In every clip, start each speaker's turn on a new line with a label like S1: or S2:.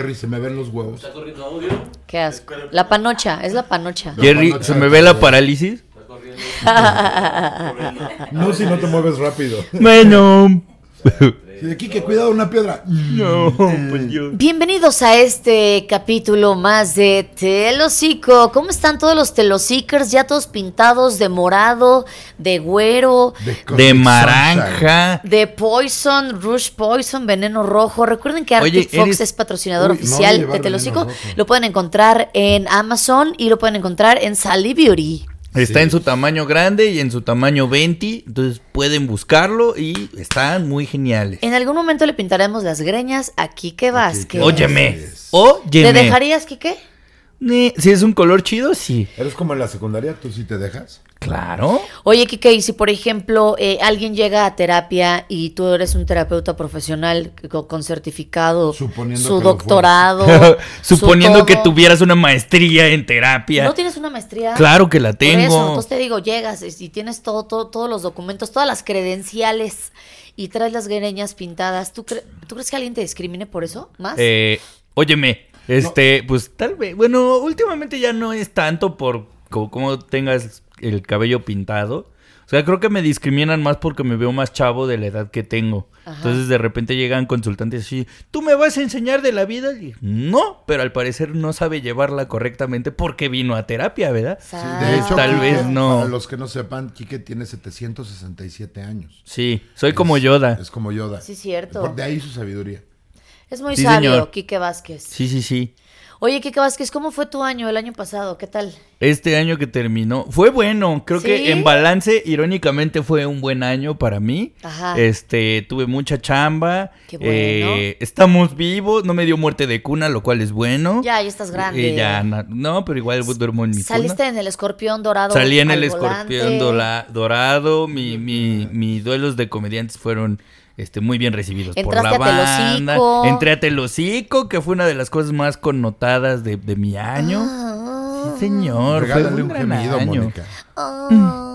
S1: Jerry, se me ven los huevos.
S2: ¿Está corriendo audio?
S3: Qué asco. La panocha, es la panocha.
S4: Jerry, ¿se me ve la parálisis?
S2: ¿Está corriendo?
S3: Ah,
S1: No, si no te mueves rápido.
S4: Bueno.
S1: Sí, de aquí que cuidado una piedra.
S4: No, pues Dios.
S3: Bienvenidos a este capítulo más de Telocico. ¿Cómo están todos los Telocicers? Ya todos pintados de morado, de güero,
S4: De naranja.
S3: de Poison, Rush Poison, Veneno Rojo. Recuerden que Arctic
S4: Oye,
S3: Fox
S4: eres-
S3: es patrocinador
S1: Uy, no voy a
S3: oficial
S1: llevar
S3: de Telocico.
S1: Veneno Rojo.
S3: Lo pueden encontrar en Amazon y lo pueden encontrar en Sally Beauty.
S4: Está en su tamaño grande y en su tamaño 20. Entonces pueden buscarlo y están muy geniales.
S3: En algún momento le pintaremos las greñas a Quique Vázquez.
S4: Óyeme.
S1: Así es.
S3: ¿Te
S4: Óyeme.
S3: dejarías, Quique?
S4: Ni- Si es un color chido, sí.
S1: Eres como en la secundaria, tú sí te dejas.
S4: Claro.
S3: Oye, Kike, y si por ejemplo eh, alguien llega a terapia y tú eres un terapeuta profesional co- con certificado,
S1: Suponiendo
S3: su
S1: que lo
S3: doctorado, Oh, su
S4: Suponiendo que
S3: todo.
S4: tuvieras una maestría en terapia.
S3: ¿No tienes una maestría?
S4: Claro que la
S3: Por eso,
S4: tengo.
S3: entonces te digo, llegas y- y tienes todo, todo, todos los documentos, todas las credenciales y traes las greñas pintadas. ¿Tú, cre- ¿Tú crees que alguien te discrimine por eso? ¿Más?
S4: Eh, óyeme, este, pues tal vez, bueno, últimamente ya no es tanto por como, como tengas el cabello pintado. O sea, creo que me discriminan más porque me veo más chavo de la edad que tengo.
S3: Ajá.
S4: Entonces de repente llegan consultantes así, ¿tú me vas a enseñar de la vida? Y, no, pero al parecer no sabe llevarla correctamente porque vino a terapia, ¿verdad?
S3: Sa-
S1: De hecho,
S4: Tal
S1: Quique,
S4: vez no.
S1: Para los que no sepan, Quique tiene 767 años.
S4: Sí, soy como Yoda.
S1: Es como Yoda.
S3: Sí, cierto.
S1: De ahí su sabiduría.
S3: Es muy
S4: Sí,
S3: sabio,
S4: señor.
S3: Quique Vázquez.
S4: Sí, sí, sí.
S3: Oye, Quique Vázquez, ¿cómo fue tu año el año pasado? ¿Qué tal?
S4: Este año que terminó fue bueno, creo
S3: ¿Sí?
S4: que en balance, irónicamente fue un buen año para mí.
S3: Ajá.
S4: Este, tuve mucha chamba.
S3: Qué bueno.
S4: eh, estamos vivos, no me dio muerte de cuna, lo cual es bueno.
S3: Ya, ya estás grande.
S4: Eh, ya, na- no, pero igual duermo en mi
S3: Saliste
S4: cuna.
S3: en el escorpión dorado.
S4: Salí en el
S3: al volante. Mm.
S4: escorpión dola- dorado, mi, mi, mis duelos de comediantes fueron este, muy bien recibidos
S3: Entraste a
S4: por la banda.
S3: Telocico.
S4: Entré a Telocico, que fue una de las cosas más connotadas de, de mi año.
S3: Ah,
S4: Sí, señor, fue
S1: Regálale
S4: un,
S1: un
S4: gran
S1: gemido,
S4: año.
S1: Mónica.
S3: ah.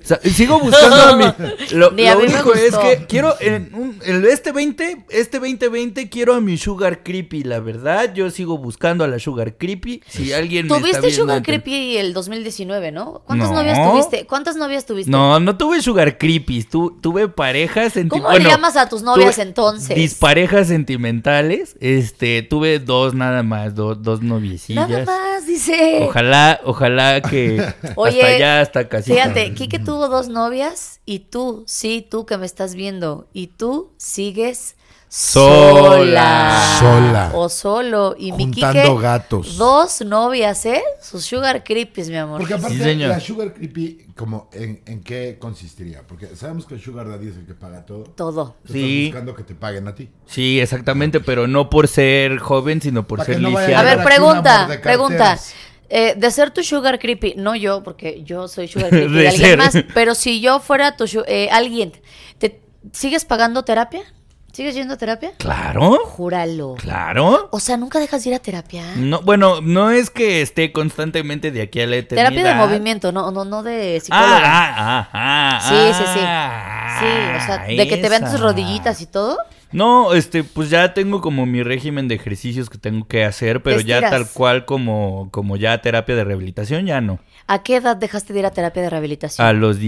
S4: O sea, sigo buscando a mí. Lo,
S3: Ni a
S4: lo
S3: mí me
S4: único es
S3: gustó.
S4: que quiero en un- en este 20, este 2020 quiero a mi Sugar Creepy, la verdad. Yo sigo buscando a la Sugar Creepy. Si alguien me está
S3: Tuviste
S4: viendo
S3: Sugar
S4: antes-
S3: Creepy el 2019, ¿no? ¿Cuántas
S4: No.
S3: novias tuviste? ¿Cuántas novias tuviste?
S4: No, no tuve Sugar Creepy, tu- tuve parejas senti-
S3: ¿Cómo
S4: bueno,
S3: le llamas a tus novias
S4: tuve
S3: entonces?
S4: Disparejas sentimentales. Este, tuve dos nada más, do- dos noviecillas.
S3: Nada más, dice.
S4: Ojalá, ojalá que
S3: Oye,
S4: hasta allá, hasta casi.
S3: Fíjate, Kike tuvo dos novias y tú, sí, tú que me estás viendo, y tú sigues sola.
S4: Sola.
S1: Sola.
S3: O solo. Y mi
S1: Juntando
S3: Kike,
S1: gatos.
S3: Dos novias, ¿eh? Sus sugar creepies, mi amor.
S1: Porque aparte,
S4: Sí, señor.
S1: la Sugar Creepy, como en, ¿en qué consistiría? Porque sabemos que el Sugar Daddy es el que paga todo.
S3: Todo.
S1: Tú
S4: Sí.
S1: Estás buscando que te paguen a ti.
S4: Sí, exactamente, pero no por ser joven, sino por
S1: Pa' que
S4: ser
S1: no vaya
S4: lisiado.
S3: A ver,
S1: Ahora, ¿quién
S3: pregunta,
S1: amor de
S3: pregunta.
S1: carteras?
S3: Eh, de ser tu sugar creepy, no yo, porque yo soy sugar creepy
S4: De
S3: de alguien
S4: ser.
S3: más, pero si yo fuera tu su- eh, alguien, ¿te sigues pagando terapia? ¿Sigues yendo a terapia?
S4: Claro,
S3: Júralo.
S4: claro.
S3: O sea, nunca dejas de ir a terapia.
S4: No, bueno, no es que esté constantemente de aquí a la eternidad.
S3: Terapia de movimiento, no, no, no de
S4: Ah,
S3: psicóloga.
S4: ah, ah, ah,
S3: sí, sí, sí.
S4: ah,
S3: Sí, o sea, de que te vean tus
S4: esa.
S3: rodillitas y todo.
S4: No, este, pues ya tengo como mi régimen de ejercicios que tengo que hacer, pero
S3: Te
S4: ya
S3: estiras.
S4: tal cual como, como ya terapia de rehabilitación, ya no.
S3: ¿A qué edad dejaste de ir a terapia de rehabilitación?
S4: A los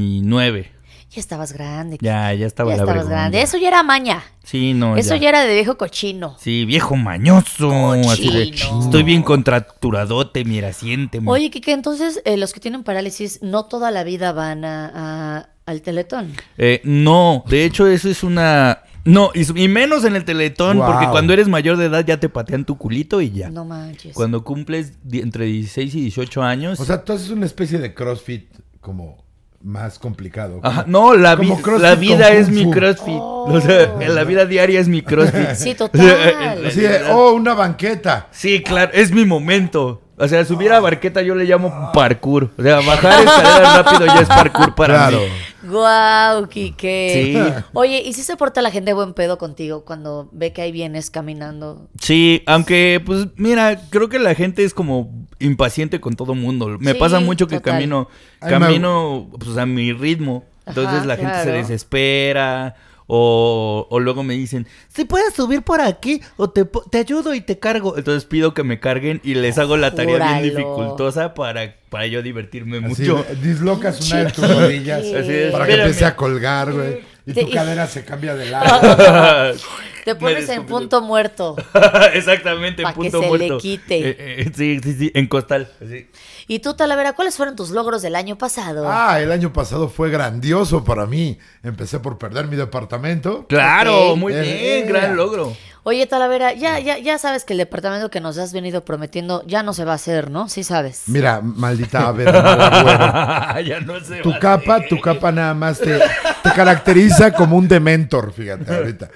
S4: 19.
S3: Ya estabas grande.
S4: Ya, ya estaba
S3: ya
S4: la
S3: estabas
S4: vergüenza.
S3: grande. Eso ya era maña.
S4: Sí, no,
S3: Eso ya era de viejo cochino.
S4: Sí, viejo mañoso. así de,
S3: Cochino.
S4: estoy bien contracturadote, mira, siénteme.
S3: Oye, Kike, entonces eh, los que tienen parálisis no toda la vida van a, a- al teletón.
S4: Eh, no, de hecho eso es una... No, y, su- y menos en el teletón,
S1: Wow.
S4: porque cuando eres mayor de edad ya te patean tu culito y ya.
S3: No manches.
S4: Cuando cumples di- entre 16 y 18 años...
S1: O sea, tú haces una especie de CrossFit como más complicado.
S4: Ajá,
S1: como-
S4: no, la, vi-
S1: como CrossFit
S4: la
S1: con
S4: vida
S1: Kung
S4: es mi
S1: Fu.
S4: crossfit.
S3: Oh.
S4: O sea, la vida diaria es mi crossfit.
S3: Sí,
S4: O sea,
S3: total.
S4: en
S1: Así de,
S4: realidad-
S1: oh, una banqueta.
S4: Sí, claro, es mi momento. O sea, subir a barqueta yo le llamo parkour. O sea, bajar escaleras rápido ya es parkour para
S1: Claro.
S4: mí.
S3: ¡Guau, Kike!
S4: Sí.
S3: Oye, ¿y si se porta la gente buen pedo contigo cuando ve que ahí vienes caminando?
S4: Sí, aunque, pues, mira, creo que la gente es como impaciente con todo mundo. Me
S3: Sí,
S4: pasa mucho que
S3: total.
S4: camino,
S1: Ay, me-
S4: camino, pues, a mi ritmo. Entonces
S3: Ajá,
S4: la gente se
S3: claro.
S4: desespera. O, o luego me dicen, ¿se puedes subir por aquí? O te, po- te ayudo y te cargo. Entonces pido que me carguen y les hago la tarea
S3: Júralo.
S4: bien dificultosa para, para yo divertirme
S1: Así,
S4: mucho.
S1: dislocas una de tus
S3: Pinche-
S1: rodillas
S3: Así
S1: para
S3: es.
S1: que
S4: Espérame.
S1: empiece a colgar, güey. Y Ah,
S3: Te-
S1: tu cadera se cambia de lado.
S3: Te
S4: Me
S3: pones en
S4: descubrí.
S3: punto muerto.
S4: Exactamente,
S3: Pa' que
S4: punto
S3: se le
S4: muerto.
S3: quite.
S4: Eh, eh, sí, sí, sí, en costal. así.
S3: Y tú, Talavera, ¿cuáles fueron tus logros del año pasado?
S1: Ah, el año pasado fue grandioso para mí. Empecé por perder mi departamento.
S4: Claro,
S3: Ok.
S4: muy
S1: Eh,
S4: bien, gran logro.
S3: Oye, Talavera, ya, ya, ya sabes que el departamento que nos has venido prometiendo ya no se va a hacer, ¿no? Sí sabes.
S1: Mira, maldita ave de mal agüero.
S4: ya no se va
S1: Tu
S4: a
S1: capa,
S4: hacer.
S1: tu capa nada más te, te caracteriza como un dementor, fíjate, ahorita.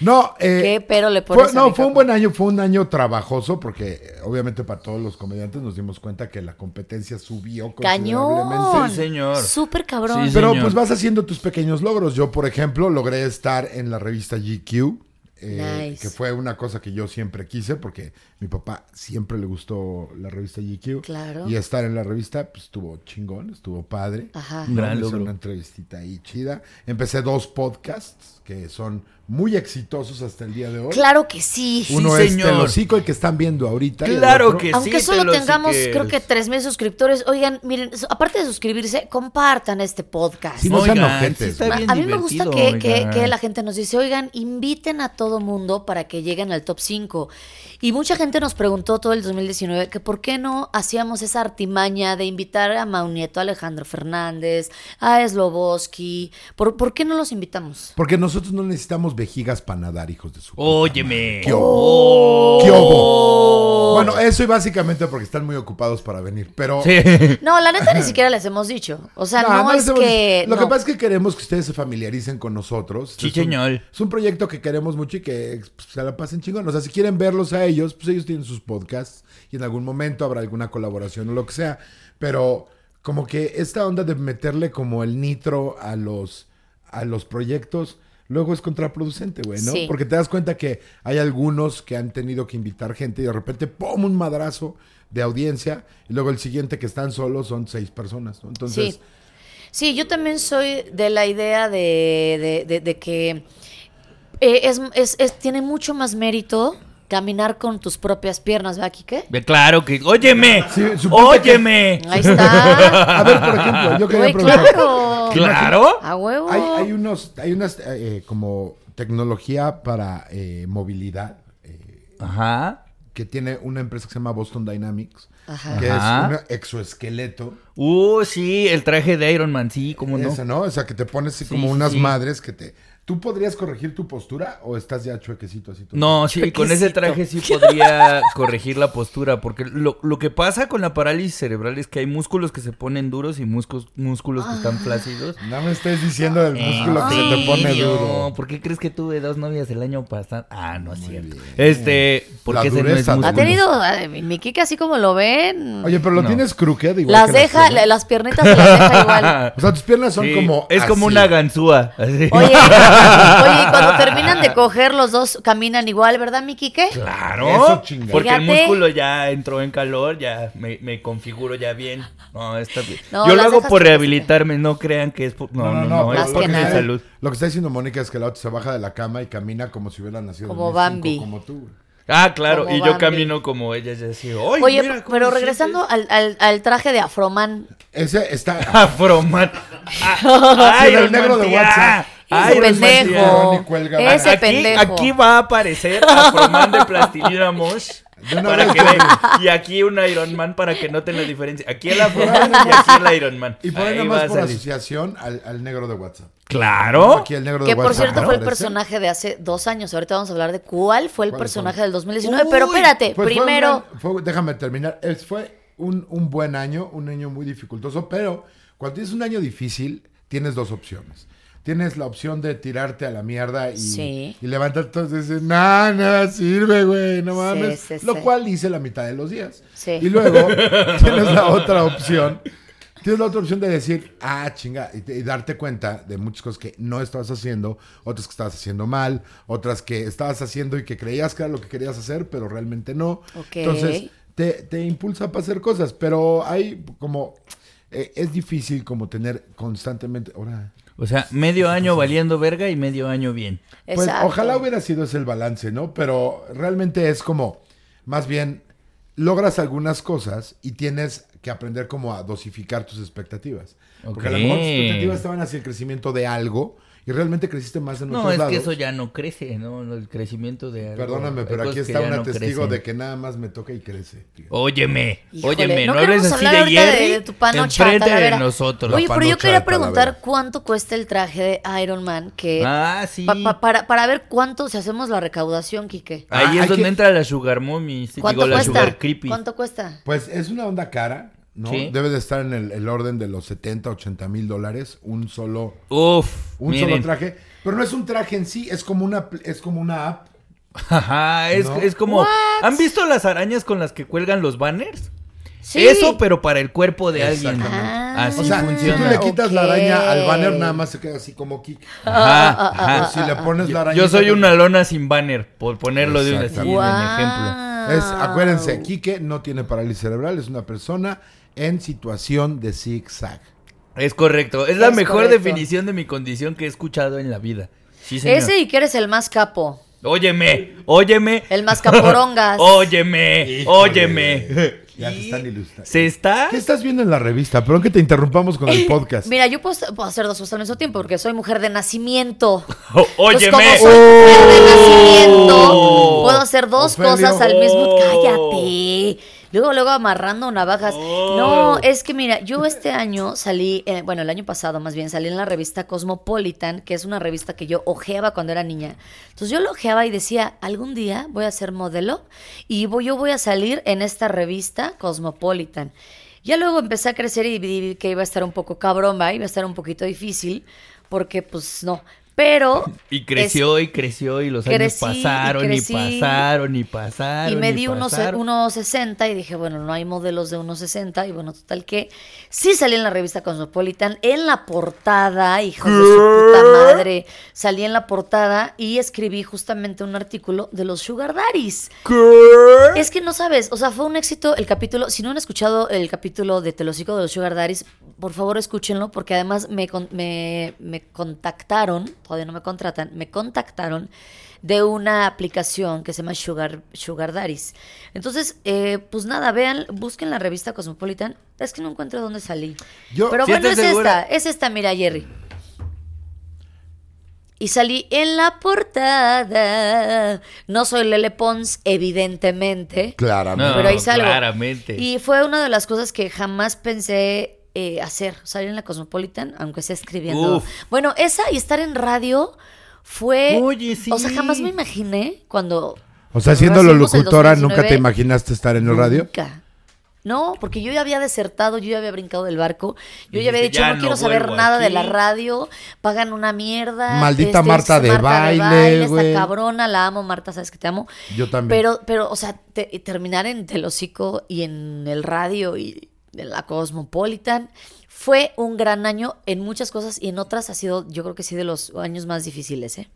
S1: No, eh,
S3: ¿Qué pero le
S1: fue-
S3: pones a
S1: no,
S3: mi
S1: fue un
S3: capa?
S1: buen año, fue un año trabajoso porque eh, obviamente para todos los comediantes nos dimos cuenta que la competencia subió
S3: Cañón.
S1: considerablemente.
S4: Sí, señor.
S3: Súper cabrón.
S4: Sí,
S1: Pero
S4: señor.
S1: pues vas haciendo tus pequeños logros. Yo, por ejemplo, logré estar en la revista GQ, eh,
S3: Nice.
S1: que fue una cosa que yo siempre quise porque mi papá siempre le gustó la revista GQ.
S3: Claro. Ah.
S1: Y estar en la revista pues, estuvo chingón, estuvo padre.
S3: Ajá.
S1: ¿no?
S4: Gran
S1: Me hizo
S4: logro.
S1: una entrevistita ahí chida. Empecé dos podcasts que son muy exitosos hasta el día de hoy.
S3: Claro que sí.
S4: Sí,
S1: Uno es
S4: señor.
S1: Telocico, el que están viendo ahorita. y el
S4: Claro
S1: otro- ah,
S4: que sí.
S3: Aunque solo
S4: te lo
S3: tengamos,
S4: sí que
S3: creo que
S4: es.
S3: 3.000 suscriptores. Oigan, miren, so- aparte de suscribirse, compartan este podcast.
S1: Sí, no sean
S4: Oigan,
S1: ojetes,
S4: sí está
S1: güey.
S4: bien
S3: a mí me gusta
S4: divertido,
S3: que, que-
S4: oigan.
S3: que la gente nos dice, oigan, inviten a todo mundo para que lleguen al top 5. Y mucha gente nos preguntó todo el 2019 que por qué no hacíamos esa artimaña de invitar a Maunieto, a Alejandro Fernández, a Sloboski. ¿Por, por qué no los invitamos?
S1: Porque nosotros no necesitamos vejigas para nadar, hijos de su.
S4: Óyeme.
S1: ¿Qué hubo? ¿Qué hubo? Bueno, eso y básicamente porque están muy ocupados para venir. Pero
S4: Sí.
S3: No, la neta ni siquiera les hemos dicho. O sea,
S1: No,
S3: no,
S1: no les
S3: es
S1: hemos-
S3: que...
S1: Lo que
S3: no.
S1: pasa es que queremos que ustedes se familiaricen con nosotros.
S4: Sí,
S1: Es un-
S4: señor.
S1: Es un proyecto que queremos mucho y que pues, se la pasen chingón. O sea, si quieren verlos a ellos, pues ellos tienen sus podcasts y en algún momento habrá alguna colaboración o lo que sea. Pero como que esta onda de meterle como el nitro a los, a los proyectos. Luego es contraproducente, güey, ¿no?
S3: Sí.
S1: Porque te das cuenta que hay algunos que han tenido que invitar gente y de repente, ¡pum! un madrazo de audiencia. Y luego el siguiente que están solos son seis personas, ¿no? Entonces,
S3: Sí. Sí, yo también soy de la idea de, de- de- de que eh, es, es- es- tiene mucho más mérito caminar con tus propias piernas, ¿verdad, Quique?
S4: Ve, Claro que. Óyeme.
S1: Sí, suponte que-
S4: óyeme.
S3: Ahí está.
S1: A ver, por ejemplo, yo quería
S3: Güey,
S1: preguntar.
S3: claro.
S4: Claro.
S3: A huevo.
S1: Hay, hay unos, hay unas eh, como tecnología para eh, movilidad eh,
S4: Ajá.
S1: que tiene una empresa que se llama Boston Dynamics,
S3: Ajá.
S1: que
S4: Ajá.
S1: es un exoesqueleto.
S4: Uh, sí, el traje de Iron Man, sí, cómo no.
S1: Esa, ¿no? O sea, que te pones así como
S4: sí,
S1: unas
S4: sí.
S1: madres que te. ¿Tú podrías corregir tu postura o estás ya chuequecito así? todo?
S4: No, sí, con ese traje sí podría corregir la postura, porque lo, lo que pasa con la parálisis cerebral es que hay músculos que se ponen duros y músculos, músculos que
S3: Ah.
S4: están flácidos.
S1: No me estés diciendo del músculo que se
S4: ¿En
S1: te pone
S4: serio?
S1: duro.
S4: ¿Por qué crees que tuve dos novias el año pasado? Ah, no es cierto. Este,
S1: La
S4: porque ese no es
S1: dureza,
S4: músculo.
S3: Ha tenido, ay, mi mi Quique así como lo ven,
S1: Oye, pero lo
S4: No.
S1: tienes crooked igual.
S3: las
S1: que
S3: deja,
S1: piernas.
S3: la- las piernitas se las deja igual.
S1: O sea, tus piernas son
S4: Ah, Sí,
S1: como.
S4: es como
S1: así.
S4: una ganzúa. así.
S3: Oye, oye, y cuando terminan de coger los dos caminan igual, ¿verdad, mi Quique?
S4: Claro,
S1: Eso chingada.
S4: porque el
S3: Fíjate.
S4: músculo ya entró en calor, ya me, me configuro ya bien. No, está bien.
S3: No,
S4: Yo lo
S3: las
S4: hago
S3: dejas
S4: por
S3: chicas,
S4: rehabilitarme, no crean que es por... No, no, no,
S1: pero
S4: es
S3: más
S4: por
S3: que
S4: mi
S3: nada.
S4: salud.
S1: Lo que está diciendo Mónica es que la otra se baja de la cama y camina como si hubiera nacido en 2005,
S3: Como Bambi.
S1: Como tú.
S4: Ah, claro,
S3: Como
S4: y yo
S3: Bambi.
S4: camino como ella, ya así, "Ay,
S3: Oye,
S4: mira cómo
S3: pero
S4: sientes".
S3: regresando al, al- al traje de Afroman,
S1: Ese está.
S4: Afroman. Ah,
S1: Sí, el
S4: Iron
S1: negro
S4: Man,
S1: de
S4: tía.
S1: WhatsApp.
S3: ese
S4: Iron Man,
S1: Iron Man
S3: pendejo,
S1: y cuelga, ¿verdad?
S3: ese
S4: aquí,
S3: pendejo.
S4: aquí va a aparecer Afroman de plastilina Mosh.
S1: De una
S4: para
S1: vez,
S4: que
S1: güey.
S4: vean. Y aquí un Iron Man para que noten la diferencia. Aquí el Afroman y aquí el Iron Man.
S1: Y por ahí nada
S4: va
S1: más
S4: a
S1: por
S4: salir.
S1: asociación al, al negro de WhatsApp.
S4: Claro.
S1: Aquí el negro de
S3: Oh, Que
S1: WhatsApp.
S3: por cierto fue el
S1: aparece.
S3: personaje de hace dos años. Ahorita vamos a hablar de cuál fue el
S1: ¿Cuál,
S3: personaje
S1: cuál?
S3: del 2019. pero
S4: Uy,
S3: espérate,
S1: Pues fue un
S3: primero.
S1: gran- fue- déjame terminar. Es- fue un, un buen año, un año muy dificultoso, pero cuando tienes un año difícil, tienes dos opciones. Tienes la opción de tirarte a la mierda y,
S3: Sí.
S1: y levantarte y decir, nada, nada sirve, güey, no mames.
S3: sí,
S1: Lo
S3: sí.
S1: cual hice la mitad de los días.
S3: Sí.
S1: Y luego tienes la otra opción. Tienes la otra opción de decir, ah, chinga, y, te- y darte cuenta de muchas cosas que no estabas haciendo, otras que estabas haciendo mal, otras que estabas haciendo y que creías que era lo que querías hacer, pero realmente no.
S3: Ok.
S1: Entonces, te, te impulsa para hacer cosas, pero hay como, eh, es difícil como tener constantemente, ahora,
S4: O sea, medio año valiendo verga y medio año bien.
S1: Pues ojalá hubiera sido ese el balance, ¿no? Pero realmente es como, más bien, logras algunas cosas y tienes que aprender como a dosificar tus expectativas. Porque a lo mejor tus
S4: Ok.
S1: expectativas estaban hacia el crecimiento de algo y realmente creciste más en
S4: No,
S1: otros
S4: es
S1: lados.
S4: que eso ya no crece, ¿no? El crecimiento de algo-
S1: Perdóname,
S4: hay
S1: pero aquí
S4: cosas que
S1: está
S4: ya
S1: una
S4: no
S1: testigo
S4: crecen.
S1: de que nada más me toca y crece. fíjate.
S4: Óyeme,
S3: Híjole,
S4: óyeme, no,
S3: queremos
S4: hables así
S3: hablar
S4: de
S3: ahorita
S4: Jerry
S3: de tu panocha
S4: enfrente de
S3: Talavera.
S4: nosotros.
S3: Oye,
S1: La
S3: pero yo
S1: panocha
S3: quería
S1: de
S3: preguntar
S1: Talavera.
S3: cuánto cuesta el traje de Iron Man que
S4: Ah, sí.
S3: pa- pa- para, para ver cuánto si hacemos la recaudación, Quique.
S1: Ah,
S4: Ahí
S1: hay
S4: es donde
S1: que-
S4: entra la Sugar Mommy, sí,
S3: ¿Cuánto
S4: digo, la
S3: cuesta?
S4: Sugar Creepy.
S3: ¿Cuánto cuesta?
S1: Pues es una onda cara, ¿no?
S4: Sí.
S1: Debe de estar en el, el orden de los 70, 80 mil dólares, un solo,
S4: Uf,
S1: un
S4: miren.
S1: solo traje. Pero no es un traje en sí, es como una, pl- es como una app.
S4: Ajá, es,
S1: ¿No?
S4: es como... ¿Han visto las arañas con las que cuelgan los banners?
S3: Sí.
S4: Eso, pero para el cuerpo de alguien.
S1: Exactamente.
S3: Ah.
S4: Así
S1: O sea, si tú
S4: funciona.
S1: le quitas la
S3: Ok.
S1: araña al banner, nada más se queda así como Kik.
S4: Ajá,
S1: Pero
S4: ajá.
S1: si le pones la araña.
S4: Ah, Yo soy una lona sin banner, por ponerlo de un, así,
S1: Exactamente.
S4: de un ejemplo.
S1: Es, acuérdense, Kike no tiene parálisis cerebral, es una persona en situación de zig-zag.
S4: Es correcto. Es la
S3: Es
S4: mejor
S3: correcto.
S4: definición de mi condición que he escuchado en la vida. Sí, señor.
S3: Ese y que eres el más capo.
S4: Óyeme, óyeme.
S3: El mascaporongas.
S4: óyeme, óyeme.
S1: Ya te están ilustrando.
S4: Se está.
S1: ¿Qué estás viendo en la revista? Perdón que te interrumpamos con el podcast.
S3: Mira, yo puedo, puedo hacer dos cosas al mismo tiempo porque soy mujer de nacimiento.
S4: Ó-
S3: Pues, como
S4: óyeme.
S3: soy mujer de nacimiento,
S4: Oh.
S3: puedo hacer dos
S1: Ofelio.
S3: cosas al mismo
S4: Oh.
S3: cállate. Luego, luego amarrando navajas.
S4: Oh.
S3: No, es que mira, yo este año salí, eh, bueno, el año pasado más bien, salí en la revista Cosmopolitan, que es una revista que yo ojeaba cuando era niña. Entonces yo lo ojeaba y decía, algún día voy a ser modelo y voy- yo voy a salir en esta revista Cosmopolitan. Ya luego empecé a crecer y vi que iba a estar un poco cabrón, va, iba a estar un poquito difícil, porque pues no. Pero
S4: Y creció y creció y los años
S3: Crecí y
S4: pasaron y,
S3: crecí.
S4: pasaron y pasaron.
S3: Y me di unos
S4: pasaron.
S3: 1.60 y dije, bueno, no hay modelos de 1.60. Y bueno, total que sí salí en la revista Cosmopolitan, en la portada, hijos de su puta madre. Salí en la portada y escribí justamente un artículo de los Sugar Daddies.
S4: ¿Qué?
S3: Es que no sabes, o sea, fue un éxito el capítulo. Si no han escuchado el capítulo de Telocico de los Sugar Daddies, por favor escúchenlo, porque además me, con- me, me contactaron, todavía no me contratan, me contactaron de una aplicación que se llama Sugar, Sugar Daddies. Entonces, eh, pues nada, vean, busquen la revista Cosmopolitan. Es que no encuentro dónde salí.
S1: Yo-
S3: Pero
S4: Sí,
S3: bueno, es
S4: ¿estás segura?
S3: esta, es esta, mira, Jerry. Y salí en la portada. No soy Lele Pons, evidentemente.
S1: Claramente.
S4: No,
S3: pero ahí salgo.
S4: claramente.
S3: Y fue una de las cosas que jamás pensé eh, hacer, salir en la Cosmopolitan, aunque sea escribiendo.
S4: Uf.
S3: Bueno, esa y estar en radio fue...
S4: Oye, sí.
S3: O sea, jamás me imaginé cuando...
S1: O sea, siendo
S3: lo
S1: lo locutora, ¿nunca te imaginaste estar en el radio?
S3: Nunca. No, porque yo ya había desertado, yo ya había brincado del barco, yo ya había
S4: Dijiste,
S3: dicho,
S4: "Ya
S3: no,
S4: no
S3: quiero saber
S4: vuelvo
S3: nada de
S4: aquí".
S3: la radio, pagan una mierda. este,
S1: Maldita Marta de baile, güey.
S3: Esta cabrona, la amo, Marta, sabes que te amo.
S1: Yo también.
S3: Pero, pero o sea, te- terminar en Telocico y en el radio y en la Cosmopolitan fue un gran año en muchas cosas y en otras ha sido, yo creo que sí, de los años más difíciles, ¿eh?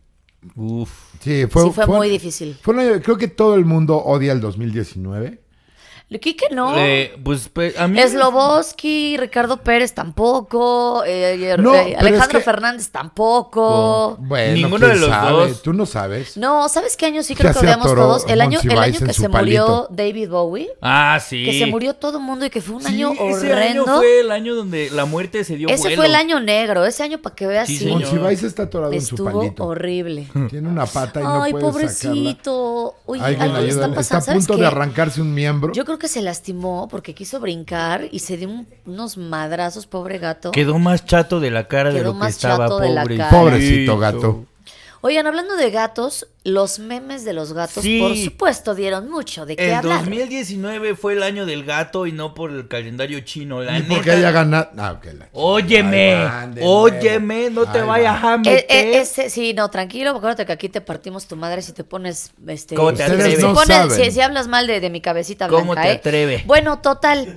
S4: Uf.
S1: Sí, fue,
S3: sí, fue, muy difícil.
S1: fue un año- creo que todo el mundo odia el 2019.
S3: Lo que no.
S4: Eh, pues, pe- a mí.
S3: Sloboski, Ricardo Pérez tampoco, eh, eh,
S1: No,
S3: eh,
S1: pero
S3: Alejandro
S1: es que-
S3: Fernández tampoco.
S1: Bueno,
S4: Ninguno de
S1: quién
S4: los
S1: sabe,
S4: dos.
S1: Tú no sabes.
S3: No, ¿sabes qué año sí
S1: Ya
S3: creo que
S1: se
S3: odiamos
S1: atoró
S3: todos? El año, el
S1: Monsiváis
S3: año
S1: en
S3: que
S1: su
S3: se murió
S1: palito.
S3: David Bowie,
S4: Ah, sí.
S3: que se murió todo el mundo y que fue un
S4: Sí,
S3: año
S4: Ese año
S3: horrendo.
S4: fue el año donde la muerte se dio
S3: Ese
S4: vuelo.
S3: fue el año negro, ese año para que veas
S4: Sí,
S3: sí,
S4: señor.
S1: Monsiváis está atorado en su
S3: estuvo
S1: palito.
S3: horrible.
S1: Tiene una pata y no
S3: Ay,
S1: puede sacarla.
S3: pobrecito. Oye,
S1: Alguien
S3: algo le está
S1: ayúdale. Está
S3: pasando.
S1: a
S3: ¿Sabes
S1: punto
S3: qué?
S1: de arrancarse un miembro.
S3: Yo creo que se lastimó porque quiso brincar y se dio un- unos madrazos, pobre gato.
S4: Quedó más chato de la cara de
S3: Quedó
S4: lo que
S3: más
S4: estaba,
S3: chato de la
S4: pobrecito.
S3: cara.
S1: Pobrecito gato.
S3: Oigan, hablando de gatos, los memes de los gatos,
S4: Sí.
S3: por supuesto, dieron mucho de qué
S4: El
S3: hablar.
S4: 2019 fue el año del gato y no por el calendario chino, la
S1: Ni
S4: neta.
S1: porque haya ganado. Ah, ok, la-
S4: Óyeme,
S1: Ahí van, de nuevo.
S4: óyeme, no te
S1: Ahí
S4: vayas
S1: van.
S4: a
S3: Eh,
S4: meter.
S3: eh, ese- sí, no, tranquilo, acuérdate que aquí te partimos tu madre si te pones, este,
S4: ¿Cómo te
S3: si
S4: atreves?
S3: te
S4: Ustedes no
S3: pones-
S1: saben.
S3: si, si hablas mal de, de mi cabecita blanca,
S4: ¿Cómo te
S3: ¿eh?
S4: atreves?
S3: Bueno, total,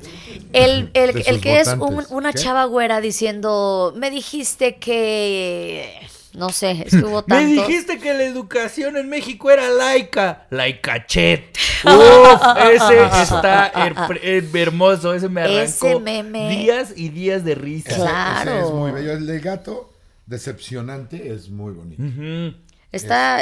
S3: el, el-
S1: De
S3: el
S1: sus
S3: que es
S1: votantes.
S3: un- una
S1: ¿Qué?
S3: chava güera diciendo, me dijiste que, no sé, es que hubo
S4: Me
S3: tantos.
S4: dijiste que la educación en México era laica. Laicachet. Uf, ese está her- eh, hermoso. Ese me arrancó
S3: Ese meme.
S4: días y días de risa.
S3: Claro.
S1: Ese es muy bello. El del gato decepcionante es muy bonito.
S4: Ujú.
S3: Está,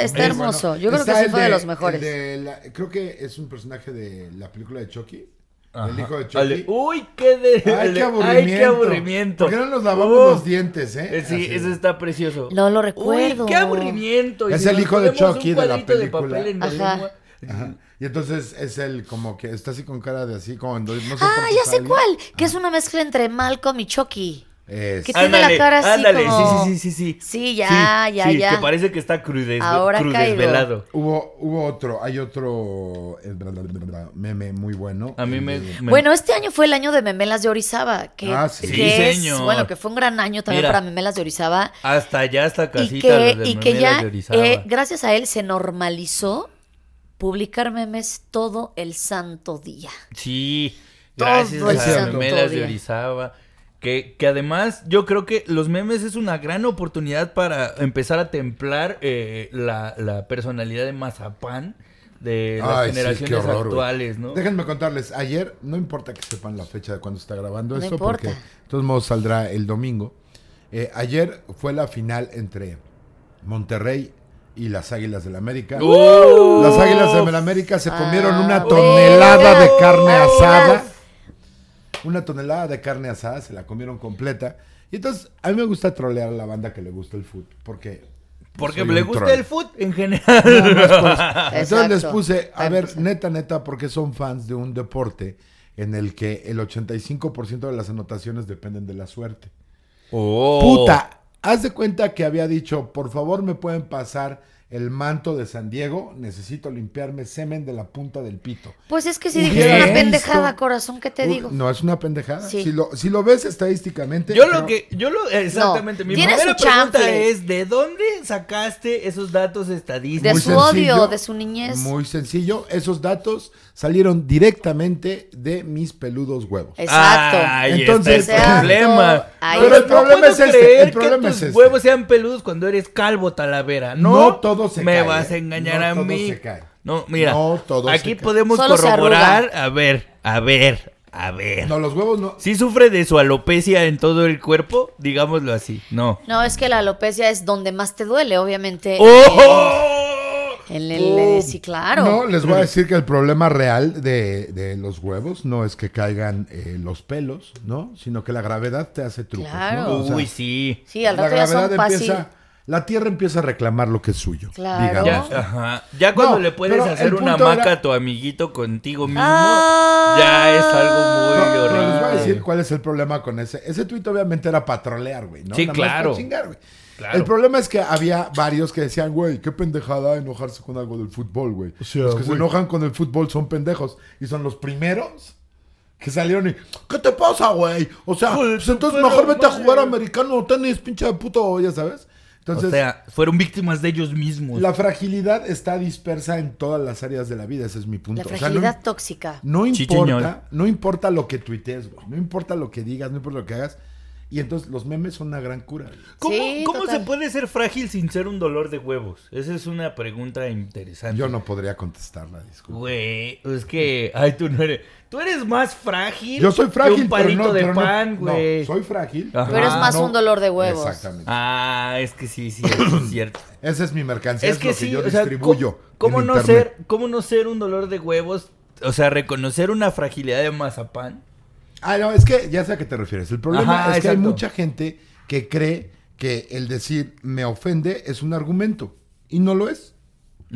S1: Es-
S3: Ah, está
S1: es
S3: hermoso.
S1: bueno.
S3: Yo creo que
S1: Está
S3: sí
S1: el
S3: fue de, los
S1: el
S3: mejores.
S1: de la- creo que es un personaje de la película de Chucky. El
S4: Ajá.
S1: hijo de
S4: Al
S1: Chucky.
S4: uy, qué de-
S1: Ay,
S4: al de-
S1: qué aburrimiento.
S4: ay, qué aburrimiento.
S1: ¿Por qué no nos lavamos
S4: Uf.
S1: los dientes, eh?
S4: Eh, Sí,
S1: Así.
S4: ese está precioso.
S3: No lo recuerdo.
S4: Uy, qué aburrimiento. Y
S1: Es
S4: si
S1: el
S4: nos
S1: hijo de
S4: ponemos un
S1: Chucky de la
S4: cuadrito
S1: película.
S4: papel en la
S3: Ajá.
S4: lengua.
S1: Ajá. Y entonces es el como que está así con cara de así, cuando no sé
S3: Ah,
S1: cuántos
S3: ya sé
S1: años.
S3: cuál. Que
S4: Ah.
S3: es una mezcla entre Malcolm y Chucky.
S1: Es-
S3: ¿Qué Tiene la
S4: Ándale,
S3: cara así
S4: ándale.
S3: como-
S4: Sí, sí, sí, sí, sí.
S3: Sí, ya,
S4: Sí,
S3: ya,
S4: sí,
S3: ya.
S4: que parece que está crudes,
S3: Ahora
S4: crudesvelado.
S1: Hubo, hubo otro, hay otro eh, bla, bla, bla, bla, meme muy bueno.
S4: A mí me...
S1: Eh,
S4: me-
S3: Bueno, este año fue el año de Memelas de Orizaba. Que,
S1: Ah, sí.
S3: que
S4: Sí,
S3: es-
S4: señor.
S3: bueno, que fue un gran año también
S4: Mira.
S3: para Memelas de Orizaba.
S4: Hasta allá, hasta casita.
S3: y que,
S4: los de
S3: y que
S4: Memelas
S3: ya,
S4: de Orizaba.
S3: eh, gracias a él, se normalizó publicar memes todo el santo día.
S4: Sí,
S3: Todo
S4: gracias
S3: el
S4: a
S1: santo
S4: Memelas de
S3: día.
S4: Orizaba. Que, que además yo creo que los memes es una gran oportunidad para empezar a templar eh, la, la personalidad de Mazapán de las
S1: ay, sí, qué
S4: generaciones
S1: horror, güey.
S4: actuales, ¿no?
S1: Déjenme contarles, ayer, no importa que sepan la fecha de cuando está grabando
S3: No
S1: esto,
S3: importa.
S1: porque de todos modos saldrá el domingo. Eh, ayer fue la final entre Monterrey y las Águilas del América.
S4: ¡Uh!
S1: Las Águilas del América se comieron
S3: Ah,
S1: una
S3: uf.
S1: tonelada de carne
S3: Uf.
S1: asada. Una tonelada de carne asada, se la comieron completa. Y entonces, a mí me gusta trolear a la banda que le gusta el fútbol, porque...
S4: Porque
S1: soy
S4: le
S1: un
S4: gusta
S1: troll.
S4: el food en general.
S1: Nada más por eso. Entonces les
S3: Exacto.
S1: puse, a
S3: Ahí
S1: ver,
S3: puse.
S1: neta, neta, porque son fans de un deporte en el que el 85% de las anotaciones dependen de la suerte. Oh.
S3: Oh.
S1: Puta, haz de cuenta que había dicho, por favor me pueden pasar el manto de San Diego, necesito limpiarme semen de la punta del pito.
S3: Pues es que si
S1: Hubiera
S3: dijiste una
S1: visto-
S3: pendejada, corazón, ¿qué te
S1: Uy,
S3: digo?
S1: No, es una pendejada.
S3: Sí.
S1: Si, lo, si lo ves estadísticamente...
S4: Yo
S1: creo-
S4: lo que, yo lo, exactamente, mi
S3: tiene su
S4: primera pregunta
S3: chanfle.
S4: es, ¿de dónde sacaste esos datos estadísticos?
S3: De
S1: Muy
S3: su odio, de su niñez.
S1: Muy sencillo. Esos datos salieron directamente de mis peludos huevos.
S3: Exacto.
S4: Ahí
S1: Entonces-
S4: está el problema.
S3: Exacto. Ahí
S1: Pero el
S3: está.
S1: problema
S4: puedo
S1: es este,
S4: creer
S1: el problema
S4: que
S1: es
S4: tus
S1: este.
S4: huevos sean peludos cuando eres calvo talavera. No,
S1: No todo se
S4: me
S1: cae,
S4: vas a
S1: ¿eh?
S4: engañar
S1: No
S4: a
S1: todo
S4: mí.
S1: se cae.
S4: No, mira.
S1: No todo se
S4: aquí
S1: cae.
S4: podemos
S3: Solo se
S4: corroborar, a ver, a ver, a ver.
S1: No, los huevos no.
S4: Si sufre de su alopecia en todo el cuerpo, digámoslo así. No.
S3: No, es que la alopecia es donde más te duele, obviamente.
S4: ¡Oh!
S3: El, el- el- sí, claro.
S1: No, les voy a decir que el problema real de, de los huevos no es que caigan eh, los pelos, ¿no? Sino que la gravedad te hace trucos. ¿no?
S3: Claro.
S1: O sea,
S4: Uy, sí.
S3: sí, al
S1: la
S3: rato ya son
S1: gravedad
S3: fácil.
S1: empieza. La tierra empieza a reclamar lo que es suyo.
S3: Claro.
S1: digamos.
S4: Ya, ajá. ya cuando
S1: No,
S4: le puedes
S1: pero
S4: hacer
S1: el
S4: una
S1: punto
S4: hamaca
S1: era-
S4: a tu amiguito contigo mismo,
S3: Ah.
S4: ya es algo muy
S1: No, pero les voy a
S4: horrible.
S1: decir cuál es el problema con ese. Ese tuit obviamente era para trolear, güey, ¿no?
S4: Sí,
S1: Nada más
S4: claro.
S1: para chingar, güey.
S4: Claro.
S1: El problema es que había varios que decían, güey, qué pendejada enojarse con algo del fútbol, güey. los que se enojan con el fútbol son pendejos. Y son los primeros que salieron y, ¿qué te pasa, güey? O sea,
S4: Joder,
S1: pues entonces
S4: pero
S1: mejor vete a
S4: madre.
S1: jugar americano o tenis, pinche de puto, ya sabes. Entonces,
S4: o sea, pues fueron víctimas de ellos mismos.
S1: la fragilidad está dispersa en todas las áreas de la vida, ese es mi punto.
S3: La
S1: O sea, no-
S3: fragilidad tóxica.
S1: no
S4: Chichiñol.
S1: importa, no importa lo que tuitees, güey. No importa lo que digas, no importa lo que hagas. Y entonces los memes son una gran cura. güey.
S4: ¿Cómo,
S3: Sí,
S4: cómo se
S3: total.
S4: puede ser frágil sin ser un dolor de huevos? Esa es una pregunta interesante.
S1: Yo no podría contestarla, disculpa.
S4: Güey, es que. Ay, tú no eres. Tú eres más frágil.
S1: Yo soy
S4: Que
S1: frágil,
S4: un
S1: pero
S4: palito
S1: no,
S4: de
S1: pero no-
S4: pan,
S1: no,
S4: güey.
S1: soy frágil.
S4: Ajá.
S3: Pero es más un dolor de huevos.
S1: Exactamente.
S4: Ah, es que sí, sí, es cierto.
S1: Esa es mi mercancía,
S4: es
S1: es,
S4: que
S1: lo que
S4: sí,
S1: yo
S4: o sea,
S1: distribuyo.
S4: ¿cómo, cómo
S1: en
S4: no
S1: internet.
S4: ser, ¿cómo no ser un dolor de huevos? O sea, reconocer una fragilidad de mazapán.
S1: Ah, no, es que ya sé a qué te refieres. El problema
S4: Ajá,
S1: es que hay
S4: exacto.
S1: mucha gente que cree que el decir me ofende es un argumento. Y no lo es.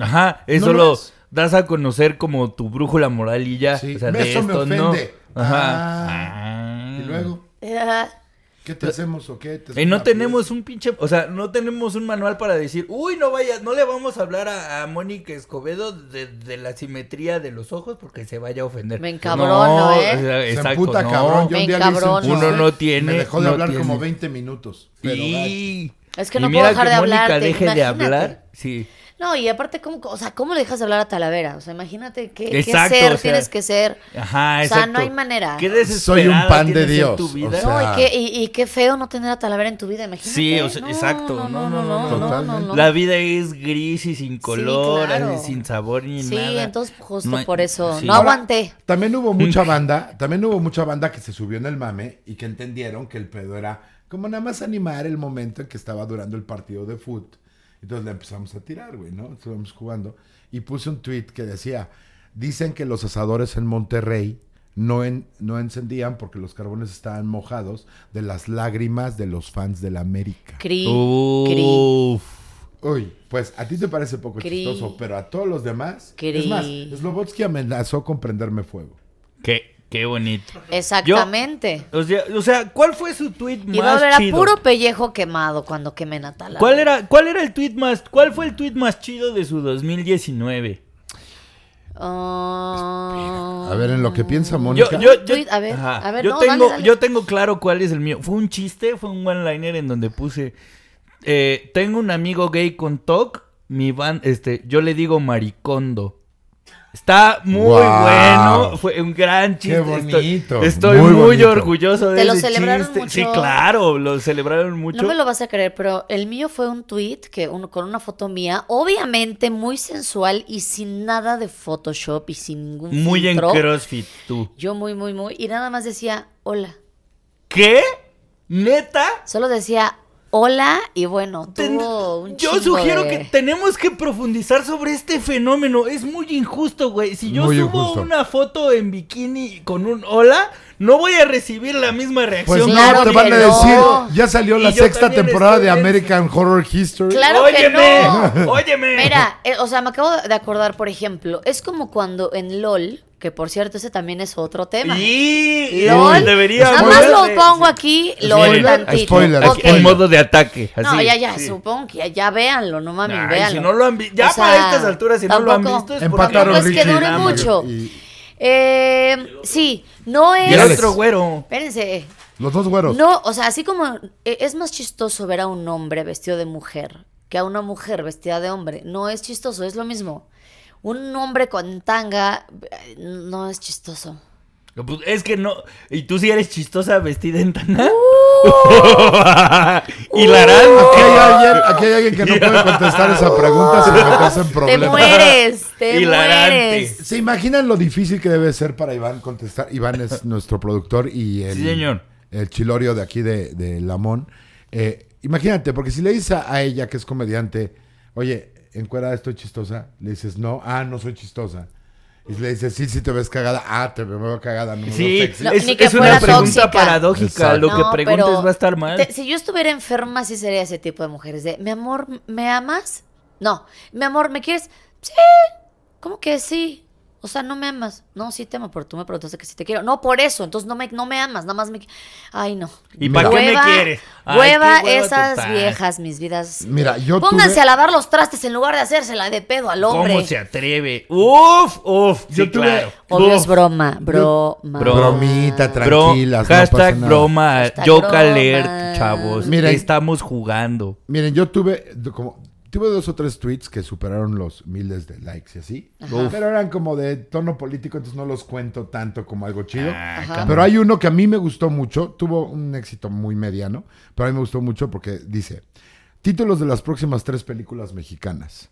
S4: Ajá, eso
S1: No lo
S4: lo
S1: es.
S4: das a conocer como tu brújula moral y ya.
S1: Sí,
S4: O sea, de
S1: eso me
S4: esto no.
S1: ofende.
S4: Ajá.
S1: Ah, Y luego,
S3: Eh,
S1: ¿qué te hacemos o qué? ¿Te
S4: Y Mm. Eh, no
S1: una piedra?
S4: tenemos un pinche, o sea, no tenemos un manual para decir, uy, no vaya, no le vamos a hablar a, a Mónica Escobedo de, de la simetría de los ojos porque se vaya a ofender.
S3: Me encabrono, ¿eh?
S4: o sea,
S1: Se
S4: exacto,
S1: emputa,
S4: no.
S1: cabrón. Yo
S3: Me
S1: un día le hice un
S3: encabrono.
S1: chiste,
S4: Uno no tiene,
S1: Me dejó de
S4: no
S1: hablar
S4: tiene.
S1: como 20 minutos. Pero gacho.
S4: Sí.
S3: Es que
S4: Y
S3: no puedo
S4: mira
S3: dejar
S4: que
S3: de
S4: Mónica
S3: hablarte,
S4: deje de
S3: imagínate.
S4: hablar, sí.
S3: No, y aparte, ¿cómo, o sea, ¿cómo le dejas de hablar a Talavera? O sea, imagínate qué, qué
S4: Exacto,
S3: ser
S4: o sea,
S3: tienes que ser.
S4: Ajá,
S3: O sea,
S4: exacto.
S3: no hay manera.
S4: Qué
S3: Soy
S4: desesperada
S1: un pan de
S4: tienes en
S1: Dios,
S4: tu
S1: o
S4: vida.
S1: sea,
S3: no, y qué, y, y qué feo no tener a Talavera en tu vida, imagínate.
S4: Sí, o sea,
S3: No,
S4: exacto. No, no, no, no, no.
S1: Totalmente.
S4: La vida es gris y sin color,
S3: claro.
S4: así, sin sabor ni
S3: Sí,
S4: nada.
S3: entonces pues, justo
S4: No hay-
S3: por eso.
S4: sí.
S3: No
S1: Ahora,
S3: aguanté.
S1: También hubo mucha banda, también hubo mucha banda que se subió en el mame y que entendieron que el pedo era como nada más animar el momento en que estaba durando el partido de foot. Entonces le empezamos a tirar, güey, ¿no? Estuvimos jugando. Y puse un tweet que decía, dicen que los asadores en Monterrey no, en- no encendían porque los carbones estaban mojados de las lágrimas de los fans de la América.
S3: Cri,
S4: Uh.
S3: cri.
S4: Uf.
S1: Uy, pues a ti te parece poco
S3: Cri.
S1: chistoso, pero a todos los demás...
S3: Cri.
S1: Es más, Slobotsky amenazó con prenderme fuego.
S4: Qué, qué bonito.
S3: Exactamente.
S4: O sea, o sea, ¿cuál fue su tweet más
S3: Y va a haber a
S4: chido?
S3: puro pellejo quemado cuando quemen a Tala.
S4: ¿Cuál era, cuál era el tweet más, cuál fue el tweet más chido de su 2019?
S3: Ah,
S1: A ver, en lo que piensa
S4: Yo,
S1: Mónica...
S4: yo, yo-
S3: Tweet, a ver,
S4: ajá.
S3: a ver,
S4: yo
S3: no, dale,
S4: tengo,
S3: dale.
S4: yo tengo claro cuál es el mío. Fue un chiste, fue un one-liner en donde puse, eh, tengo un amigo gay con TOC, mi van, este, yo le digo maricondo. Está muy
S1: Wow.
S4: bueno, fue un gran chiste. Estoy-
S1: bonito,
S4: Estoy,
S1: muy
S4: muy,
S1: bonito.
S4: orgulloso de
S3: ¿Te lo
S4: ese
S3: celebraron
S4: chiste.
S3: mucho?
S4: Sí, claro, lo celebraron mucho.
S3: No me lo vas a creer, pero el mío fue un tweet que un- con una foto mía, obviamente muy sensual y sin nada de Photoshop y sin ningún
S4: Muy en
S3: filtro.
S4: CrossFit, tú.
S3: Yo muy, muy, muy. Y nada más decía, hola.
S4: ¿Qué? ¿Neta?
S3: Solo decía, hola, y bueno,
S4: Ten-
S3: tuvo un
S4: Yo
S3: chingo
S4: sugiero
S3: de-
S4: que tenemos que profundizar sobre este fenómeno. Es muy injusto, güey. Si yo
S1: Muy
S4: subo
S1: injusto.
S4: una foto en bikini con un hola, no voy a recibir la misma reacción.
S1: Pues
S4: que
S1: no,
S3: Claro
S1: te
S4: un
S3: que
S1: van a
S4: gay.
S3: no.
S1: decir, ya salió
S4: Y
S1: la
S4: yo
S1: sexta
S4: también
S1: temporada de
S4: estoy en-
S1: American Horror History.
S3: Claro que
S4: óyeme,
S3: no.
S4: óyeme.
S3: Mira, eh, o sea, me acabo de acordar, por ejemplo, es como cuando en LOL, que por cierto, ese también es otro tema.
S4: Y
S3: LOL.
S4: debería
S3: Nada más
S4: volverse.
S3: lo pongo aquí, LOL
S4: Spoiler,
S3: tantito.
S1: spoiler,
S3: Ok.
S4: Aquí En modo de ataque.
S3: No,
S4: así.
S3: ya, ya,
S4: Sí.
S3: supongo que ya, ya véanlo, no mames,
S4: Ay,
S3: véanlo.
S4: si no lo han vi- ya
S3: O sea,
S4: para estas alturas, si no lo han
S3: tampoco-
S4: visto, es porque-
S1: Empataron
S3: Tampoco es pues, que
S1: Richie y
S3: dure
S1: Dama.
S3: mucho.
S1: Y
S3: Eh, sí, no es...
S4: Y el
S1: Alex.
S4: otro güero.
S3: Espérense, eh,
S1: los dos güeros.
S3: No, o sea, así como eh, es más chistoso ver a un hombre vestido de mujer que a una mujer vestida de hombre. No es chistoso, es lo mismo. Un hombre con tanga eh, no es chistoso.
S4: Pues, es que no. Y tú sí eres chistosa vestida en tana. Hilarán.
S1: Aquí hay, alguien, aquí hay alguien que no puede contestar esa pregunta sin meterse en
S3: Te
S1: problemas.
S3: mueres, te
S4: Hilarante.
S3: mueres.
S1: ¿Se imaginan lo difícil que debe ser para Iván contestar? Iván es nuestro productor y el,
S4: Sí, señor.
S1: el chilorio de aquí de, de Lamón. Eh, imagínate, porque si le dices a, a ella que es comediante, oye, encuerada estoy chistosa, le dices, no, ah, no soy chistosa. Y le dices, sí, sí te ves cagada, ah, te veo cagada, no me
S4: Sí,
S1: veo sexy.
S3: No,
S4: es,
S3: ni que
S4: es una
S3: fuera
S4: pregunta
S3: tóxica.
S4: paradójica.
S1: Exacto.
S4: Lo que
S3: No,
S4: preguntes
S3: pero
S4: va a estar mal.
S3: te- si yo estuviera enferma, sí sería ese tipo de mujeres. De, mi amor, ¿me amas? No. Mi amor, ¿me quieres? Sí. ¿Cómo que sí? O sea, no me amas. No, sí te amo, pero tú me preguntaste que sí te quiero. No, por eso. Entonces no me, no me amas. Nada más me... qui- Ay, no.
S4: ¿Y para qué me
S3: Hueva-
S4: quieres? Ay,
S3: Hueva
S4: qué hueva
S3: esas
S4: total.
S3: viejas, mis vidas.
S1: Mira, yo
S3: Pónganse
S1: tuve-
S3: a lavar los trastes en lugar de hacérsela de pedo al
S4: ¿Cómo
S3: hombre.
S4: se atreve? Uf, uf.
S1: Yo
S4: sí,
S1: tuve-
S4: claro.
S3: Obvio
S4: Uf.
S3: es broma, broma.
S4: Bro-
S1: Bromita,
S4: Bro-
S1: tranquilas, no pasa
S4: hashtag
S1: nada.
S4: broma.
S3: Hashtag
S4: yo
S3: broma.
S4: alert, chavos.
S1: Miren.
S4: Estamos jugando.
S1: Miren, yo tuve de- como tuve dos o tres tweets que superaron los miles de likes y así. Pero eran como de tono político, entonces no los cuento tanto como algo chido.
S4: Ah,
S3: Ajá.
S4: cabrón.
S1: Pero hay uno que a mí me gustó mucho, tuvo un éxito muy mediano, pero a mí me gustó mucho porque dice, títulos de las próximas tres películas mexicanas.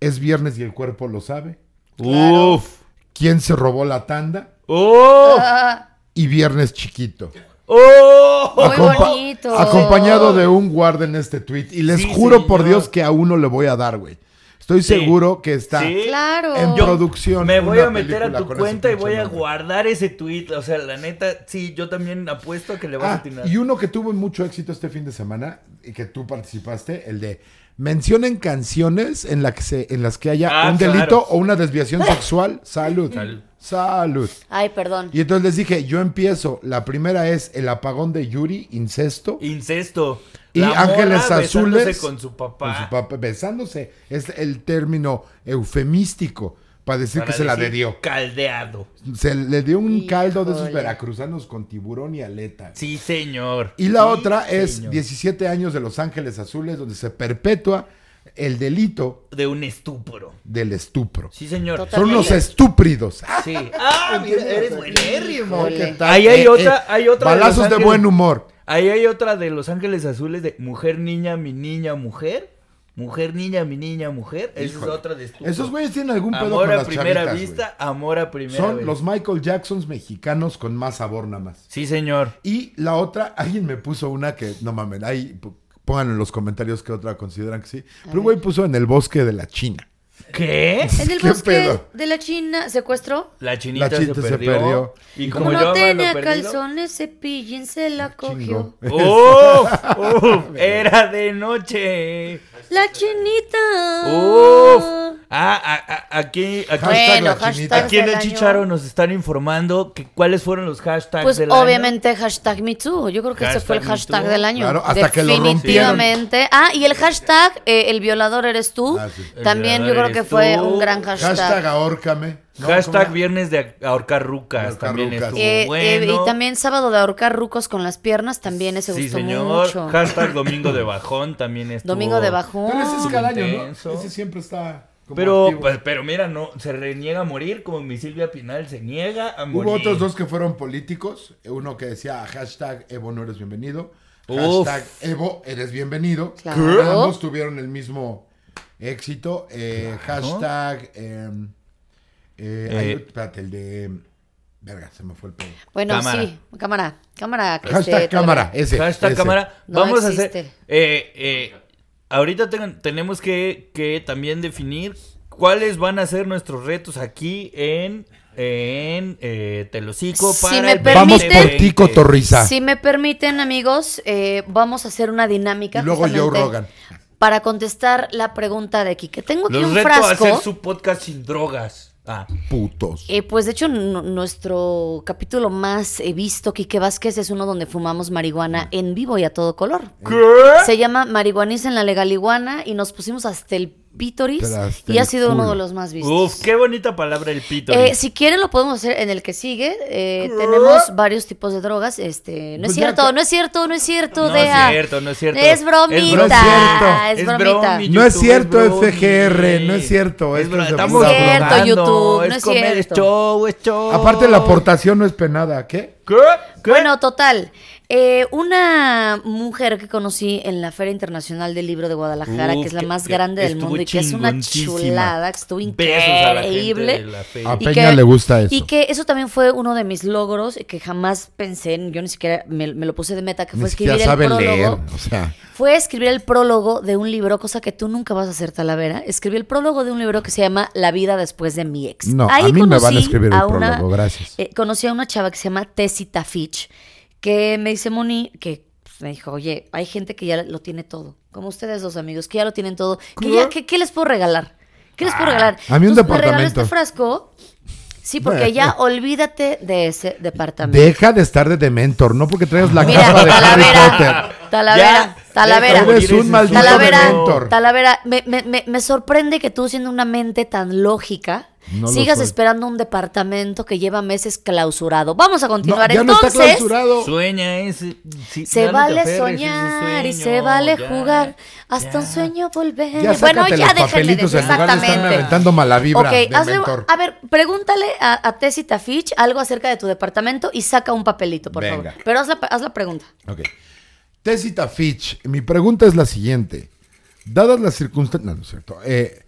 S1: Es viernes y el cuerpo lo sabe.
S4: Uf.
S1: ¿Quién se robó la tanda?
S4: Uf.
S3: Ah,
S1: Y viernes chiquito.
S4: Uf.
S3: muy
S1: Acompa-
S3: bonito.
S1: Acompañado de un guarda en este tweet. Y les
S4: Sí,
S1: juro por
S4: señor.
S1: Dios que a uno le voy a dar, güey. Estoy
S4: Sí.
S1: seguro que está
S4: Sí.
S3: Claro.
S1: en producción.
S4: Me voy
S1: una
S4: a meter a
S1: película
S4: tu
S1: con
S4: cuenta y
S1: ese
S4: voy a
S1: pinche nombre.
S4: guardar ese tweet. O sea, la neta, sí, yo también apuesto a que le vas a
S1: Ah,
S4: atinar.
S1: y uno que tuvo mucho éxito este fin de semana y que tú participaste, el de mencionen canciones en, la que se, en las que haya
S4: Ah,
S1: un
S4: claro.
S1: delito o una desviación sexual. Salud.
S4: Salud.
S1: Salud.
S3: Ay, perdón.
S1: Y entonces les dije, yo empiezo. La primera es el apagón de Yuri, incesto.
S4: Incesto.
S1: Y
S4: La morra
S1: Ángeles
S4: besándose
S1: Azules
S4: Con su papá.
S1: con su papá, besándose. Es el término eufemístico para decir
S4: para
S1: que se la
S4: decir
S1: dedió.
S4: Caldeado.
S1: Se le dio un caldo de esos
S3: Híjole.
S1: veracruzanos con tiburón y aleta.
S4: Sí, señor.
S1: Y la
S4: Sí,
S1: otra es
S4: señor.
S1: 17 años de Los Ángeles Azules, donde se perpetúa el delito
S4: De un estupro.
S1: del estupro.
S4: Sí, señor.
S3: Total.
S1: Son unos
S3: Totalmente.
S1: estúpidos. ¡Ah!
S4: Sí. Ah, mira, eres buenérrimo.
S3: Híjole.
S1: ¿Qué tal? Eh,
S4: Ahí hay otra- hay otra de
S1: Balazos
S4: Los
S1: de,
S4: Ángeles.
S1: buen humor.
S4: Ahí hay otra de Los Ángeles Azules de mujer, niña, mi niña, mujer. Mujer, niña, mi niña, mujer. Esa es
S1: Híjole.
S4: otra de estúpido.
S1: Esos güeyes tienen algún pedo
S4: Amor
S1: con
S4: a
S1: las
S4: primera
S1: chavitas, güey.
S4: vista, amor a primera
S1: Son
S4: vez.
S1: los Michael Jacksons mexicanos con más sabor nada más.
S4: Sí, señor.
S1: Y la otra, alguien me puso una que, no mames, ahí p- pongan en los comentarios que otra consideran que sí. Pero un güey puso en el bosque de la China.
S4: ¿Qué?
S3: En el
S1: ¿Qué
S3: bosque
S1: pedo?
S3: de la China secuestró.
S4: La chinita,
S1: La chinita
S4: se,
S1: se
S4: perdió,
S1: perdió.
S4: Y como
S3: Como
S4: yo
S3: no
S4: amaba lo
S3: tenía
S4: perdido-
S3: calzones, cepillín se la cogió.
S1: Ah, Chingo.
S4: ¡Uf! ¡Uf! Era de noche.
S3: La chinita.
S4: ¡Uf! Ah, a- a- aquí, aquí,
S1: Hashtag
S3: Bueno,
S1: la chinita.
S3: hashtag
S4: aquí en
S3: del
S4: el
S3: año.
S4: Chicharo nos están informando que, cuáles fueron los hashtags
S3: Pues
S4: del año.
S3: obviamente hashtag MeToo. Yo creo que ese fue el hashtag
S4: Hashtag Me Too.
S3: del año.
S1: Claro, hasta que lo rompieron.
S3: Definitivamente. Ah, y el hashtag eh, El violador eres tú.
S1: Ah, sí.
S4: El
S3: También yo creo
S4: violador
S3: que fue
S4: eres tú.
S3: un gran hashtag.
S1: Hashtag ahórcame. No, ¿cómo
S4: Hashtag
S1: era?
S4: viernes de ahorcar rucas
S1: Ahorcar
S4: también
S1: rucas.
S4: estuvo
S3: Eh, eh,
S4: bueno.
S3: y también sábado de ahorcar rucos con las piernas también ese
S4: sí,
S3: gustó
S4: señor.
S3: mucho.
S4: Hashtag domingo de bajón también estuvo.
S3: Domingo de bajón.
S1: Pero ese es cada año,
S4: Intenso.
S1: ¿no? Ese siempre está como
S4: Pero,
S1: activo.
S4: pues, pero mira, no, se reniega a morir, como mi Silvia Pinal se niega a morir.
S1: Hubo otros dos que fueron políticos. Uno que decía hashtag Evo no eres bienvenido.
S4: Uf.
S1: Hashtag Evo eres bienvenido.
S3: Claro.
S1: Ambos tuvieron el mismo éxito. Eh, Hashtag. eh, eh,
S4: Eh.
S1: ay, espérate, el de. Verga, se me fue el pedo.
S3: Bueno,
S4: Cámara.
S3: sí, cámara, cámara. que
S1: Hashtag
S3: esté todavía-
S1: cámara. Ese.
S4: Hashtag
S1: ese.
S4: cámara.
S3: No
S4: Vamos a hacer.
S3: existe.
S4: eh, eh, ahorita tengan- tenemos que, que también definir cuáles van a ser nuestros retos aquí en, en eh, Telocico
S3: Si
S4: para
S3: me
S4: el
S1: Vamos
S3: permiten-
S1: por
S4: 2020.
S1: ti, Cotorriza.
S3: Si me permiten, amigos, eh, vamos a hacer una dinámica.
S1: Y luego Joe
S3: justamente
S1: Rogan.
S3: Para contestar la pregunta de Kike. Tengo aquí
S4: Los
S3: un
S4: reto a hacer
S3: frasco.
S4: su podcast sin drogas. Ah,
S1: Putos.
S3: Eh, pues de hecho, n- nuestro capítulo más eh, visto, Quique Vázquez, es uno donde fumamos marihuana en vivo y a todo color. Se llama Marihuaniza en la legaliguana y nos pusimos hasta el pítoris
S1: Pero hasta
S3: y ha
S1: el
S3: sido uno
S1: culo.
S3: de los más vistos.
S4: Uf, qué bonita palabra el pito.
S3: Eh, si quieren lo podemos hacer en el que sigue. Eh, tenemos varios tipos de drogas. Este, no es
S1: Pues ya
S3: cierto,
S1: ca-
S3: no es cierto, no es cierto,
S4: No
S3: Dea.
S4: es cierto, no es cierto.
S3: Es bromita,
S4: Es
S3: es,
S1: No
S4: bro- es cierto.
S3: bromita.
S4: bromi,
S1: No es
S4: YouTube,
S1: cierto,
S4: bromi.
S1: FGR, no es cierto, esto
S4: bro-
S1: es de
S4: estamos
S1: pura
S4: broma.
S1: broma.
S3: No es cierto, YouTube, no es
S4: comer,
S3: cierto.
S4: show, es
S3: oh.
S4: show.
S1: Aparte, la aportación no es penada. ¿Qué?
S4: ¿Qué? ¿Qué?
S3: Bueno, total. eh, una mujer que conocí en la Feria Internacional del Libro de Guadalajara,
S4: Uf,
S3: que es la
S4: que-
S3: más
S4: que
S3: grande del
S4: estuvo
S3: mundo y que es una
S4: chingoncísima.
S3: chulada, que estuvo
S4: Besos a la gente de
S3: increíble.
S4: la feria.
S1: A
S3: Eh, Y
S1: Peña
S3: que-
S1: le gusta eso.
S3: Y que eso también fue uno de mis logros que jamás pensé, en- yo ni siquiera me, me lo puse de meta, que
S1: Ni
S3: fue
S1: siquiera
S3: escribir
S1: saben
S3: el prólogo.
S1: leer. O sea,
S3: Fue escribir el prólogo de un libro, cosa que tú nunca vas a hacer, Talavera. Escribí el prólogo de un libro que se llama La vida después de mi ex.
S1: no,
S3: Ahí
S1: a mí me van
S3: conocí
S1: a escribir el
S3: a una-
S1: prólogo, gracias.
S3: eh, conocí a una chava que se llama Tessita Fitch, que me dice Moni, que pues, me dijo, oye, hay gente que ya lo tiene todo, como ustedes dos amigos, que ya lo tienen todo. ¿Qué, ya, qué, qué les puedo regalar? ¿Qué les puedo regalar?
S1: Ah, a mí un
S3: Entonces, me regaló
S1: departamento.
S3: este frasco. Sí, porque ya olvídate de ese departamento.
S1: Deja de estar de dementor, no porque traigas la
S3: Mira,
S1: capa de Harry
S3: Talavera,
S1: Potter.
S3: Talavera,
S4: Ya,
S3: Talavera.
S4: deja morir
S1: Eres un
S4: ese
S1: maldito
S3: Talavera,
S1: dementor.
S3: Talavera, me, me- me- me sorprende que tú, siendo una mente tan lógica,
S1: No lo
S3: sigas
S1: soy.
S3: esperando un departamento que ya lleva meses clausurado. Vamos a
S1: No,
S3: continuar.
S1: ya no está
S3: Entonces,
S1: clausurado.
S4: Sueña ese. sí,
S3: se
S4: ya no te
S3: vale
S4: aferres a ese
S3: soñar y
S4: sueño,
S3: se vale
S4: ya,
S3: jugar hasta
S4: ya.
S3: un sueño volver.
S1: Ya
S3: eh, bueno,
S1: sácate
S3: ya
S1: los
S3: déjenme
S1: papelitos
S3: decir
S1: en lugar de
S3: exactamente.
S1: estarme aventando mala vibra
S3: Ok, hazle-
S1: dementor.
S3: a ver, pregúntale a, a Tessita Fitch algo acerca de tu departamento y saca un papelito, por
S1: Venga.
S3: favor. Pero haz la, haz la pregunta.
S1: Ok. Tessita Fitch, mi pregunta es la siguiente. Dadas las circunstancias... No, no es cierto. Eh,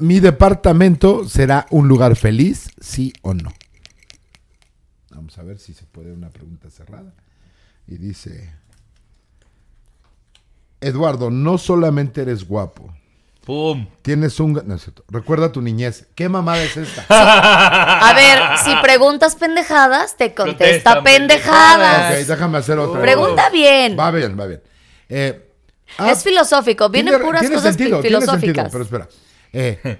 S1: ¿Mi departamento será un lugar feliz, sí o no? Vamos a ver si se puede una pregunta cerrada. Y dice... Eduardo, no solamente eres guapo,
S4: ¡Pum!
S1: tienes un... No es cierto. Recuerda tu niñez. ¿Qué mamada es esta?
S3: A ver, si preguntas pendejadas, te contesta
S4: Contestan pendejadas.
S3: pendejadas.
S1: ok, déjame hacer otra.
S3: Pregunta bien.
S1: Va bien, va bien. Eh, ah,
S3: es filosófico. Vienen
S1: tiene-
S3: puras
S1: tiene
S3: cosas fi-
S1: sentido, tiene sentido,
S3: filosóficas.
S1: pero espera. Eh,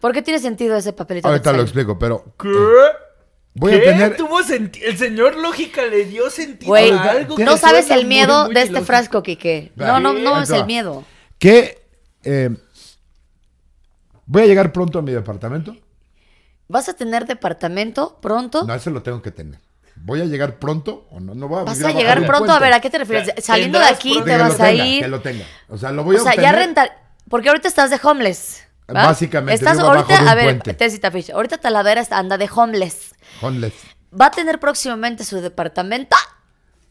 S3: ¿Por qué tiene sentido ese papelito?
S1: ahorita
S3: que
S1: lo
S3: te sale?
S1: explico, pero eh,
S4: ¿Qué?
S1: voy
S4: ¿Qué?
S1: a tener.
S4: Tuvo senti- El señor lógica le dio sentido
S3: Güey,
S4: a algo. que
S3: no sabes
S4: suena
S3: el
S4: muy,
S3: miedo
S4: muy
S3: de este
S4: ilógico.
S3: frasco, Quique. No, no, no
S1: Ahí
S3: es
S1: te va.
S3: el miedo.
S1: Que eh, voy a llegar pronto a mi departamento.
S3: ¿Vas a tener departamento pronto?
S1: No, eso lo tengo que tener. Voy a llegar pronto o no. No voy a
S3: ¿Vas
S1: vivir
S3: a
S1: abajo de
S3: llegar
S1: un
S3: pronto? A
S1: puente.
S3: ver, ¿a qué te refieres?
S4: Ya,
S3: Saliendo de
S4: tendrás
S3: aquí
S4: pronto-
S1: Que
S3: te
S1: lo
S3: vas a
S1: tenga, Que
S3: ir.
S1: lo tenga. O sea, lo voy
S3: O
S1: a
S3: sea, ya
S1: obtener.
S3: rentar. Porque ahorita estás de homeless. ¿va?
S1: Básicamente,
S3: Estás
S1: vivo abajo de un
S3: ahorita, a ver,
S1: puente.
S3: Tessita Fish, ahorita Talavera está- anda de homeless.
S1: Homeless.
S3: Va a tener próximamente su departamento.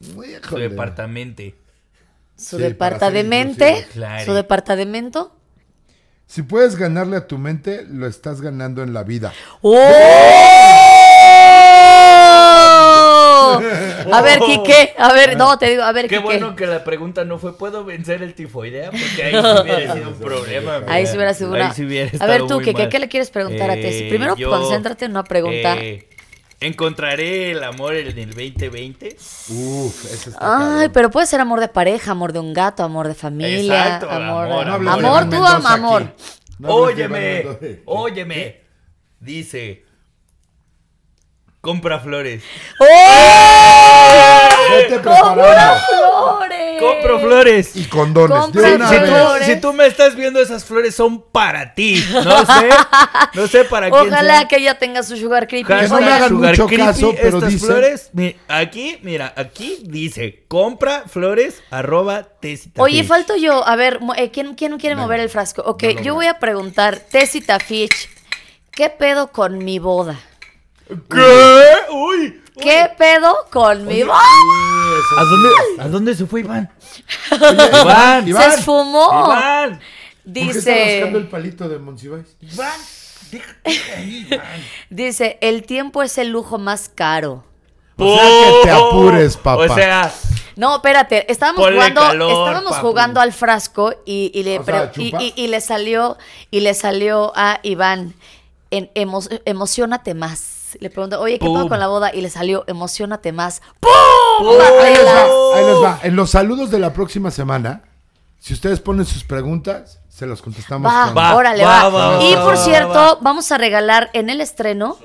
S4: Su
S1: Híjole.
S4: departamento.
S3: Su
S1: Sí, para ser
S3: departamente.
S1: inclusivo,
S4: claro.
S3: Su departamento.
S1: Si puedes ganarle a tu mente, lo estás ganando en la vida.
S3: ¡Oh! A ver, Quique, a ver, no, te digo, a ver,
S4: Qué
S3: Quique.
S4: bueno que la pregunta no fue ¿puedo vencer el tifoidea? Porque ahí sí hubiera sido un problema.
S3: Ahí
S4: mira.
S3: se hubiera sido
S4: Ahí
S3: una...
S4: sí hubiera
S3: a ver
S4: estado
S3: tú,
S4: muy
S3: Quique,
S4: mal.
S3: ¿qué le quieres preguntar a Tessy?
S4: Eh,
S3: Primero
S4: yo,
S3: concéntrate en una pregunta.
S4: eh, ¿Encontraré el amor en el 2020?
S1: Uf, ese está
S3: Ay,
S1: cabrón.
S3: pero puede ser amor de pareja, amor de un gato, amor de familia,
S4: Exacto,
S3: amor,
S4: amor,
S1: No
S3: amor,
S1: hables de Iván
S3: tú
S1: Mendoza
S3: ama amor.
S1: aquí. No hables de Iván
S4: óyeme, Oh.
S1: Mendoza.
S4: óyeme. Dice, compra flores.
S3: ¡Oh!
S1: Vete
S3: ¡Compra
S1: preparado.
S3: flores!
S4: Compro flores.
S1: Y condones.
S3: Compra
S1: de
S4: Si,
S1: una
S4: si
S1: vez.
S4: tú,
S3: flores.
S4: si tú me estás viendo, esas flores son para ti. No sé, no sé para quién.
S3: Ojalá
S4: sean.
S3: que ella tenga su sugar creepy.
S1: Que no me hagan mucho caso, pero
S4: estas
S1: dicen-
S4: flores, mi- aquí, mira, aquí dice, compra flores, arroba tesita.
S3: Oye,
S4: Fitch.
S3: falto yo. A ver, mo- eh, ¿quién, quién quiere mover el frasco? Ok,
S1: no lo
S3: yo
S1: veo.
S3: voy a preguntar, Tessita Fitch, ¿qué pedo con mi boda?
S4: ¿Qué? Uy.
S3: ¿Qué pedo con mi boda?
S4: ¿A dónde, ¿A dónde se fue Iván? Iván.
S3: ¡Se esfumó!
S1: Oh.
S4: Iván.
S1: ¿Por qué está
S3: Dice,
S1: rascando el palito de Monsiváis?
S4: Iván. deja- deja ahí, Iván.
S3: dice, el tiempo es el lujo más caro.
S1: O sea, que te apures, papá.
S4: Oh. O sea,
S3: No, espérate, estábamos
S4: Ponle
S3: jugando,
S4: calor,
S3: estábamos
S4: papu.
S3: jugando al frasco y, y le
S1: O sea,
S3: pre- y-
S1: chupa.
S3: y- y le salió y le salió a Iván en emo- emocionate más. Le pregunto, oye, ¿qué
S4: Pum.
S3: pasa con la boda? Y le salió, emocionate más.
S1: Oh,
S4: oh.
S1: Ahí les
S3: Las-
S1: va, ahí les va. En los saludos de la próxima semana, si ustedes ponen sus preguntas, se las contestamos.
S3: Va,
S1: con-
S4: Va,
S3: órale,
S4: va,
S3: va.
S4: va,
S3: y
S4: va,
S3: por
S4: va,
S3: cierto,
S4: va.
S3: vamos a regalar en el estreno.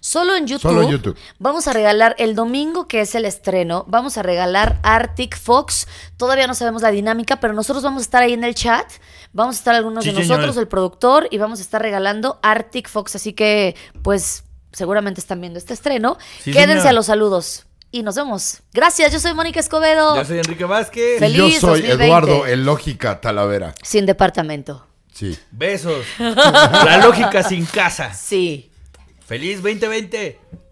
S3: Solo en YouTube.
S1: Solo en YouTube.
S3: Vamos a regalar el domingo, que es el estreno. Vamos a regalar Arctic Fox. Todavía no sabemos la dinámica, pero nosotros vamos a estar ahí en el chat. Vamos a estar algunos
S4: Sí,
S3: de
S4: señor.
S3: nosotros, el productor, y vamos a estar regalando Arctic Fox. Así que, pues, seguramente están viendo este estreno.
S4: Sí,
S3: Quédense
S4: señor.
S3: a los saludos. Y nos vemos. Gracias, yo soy Mónica Escobedo.
S1: Oh.
S4: yo soy Enrique Vázquez.
S3: Fel-
S1: Y yo
S3: Feliz
S1: soy
S3: 2020.
S1: Eduardo, el lógica Talavera.
S3: Sin departamento.
S1: Sí.
S4: Besos. La lógica sin casa.
S3: Sí.
S4: Feliz 2020.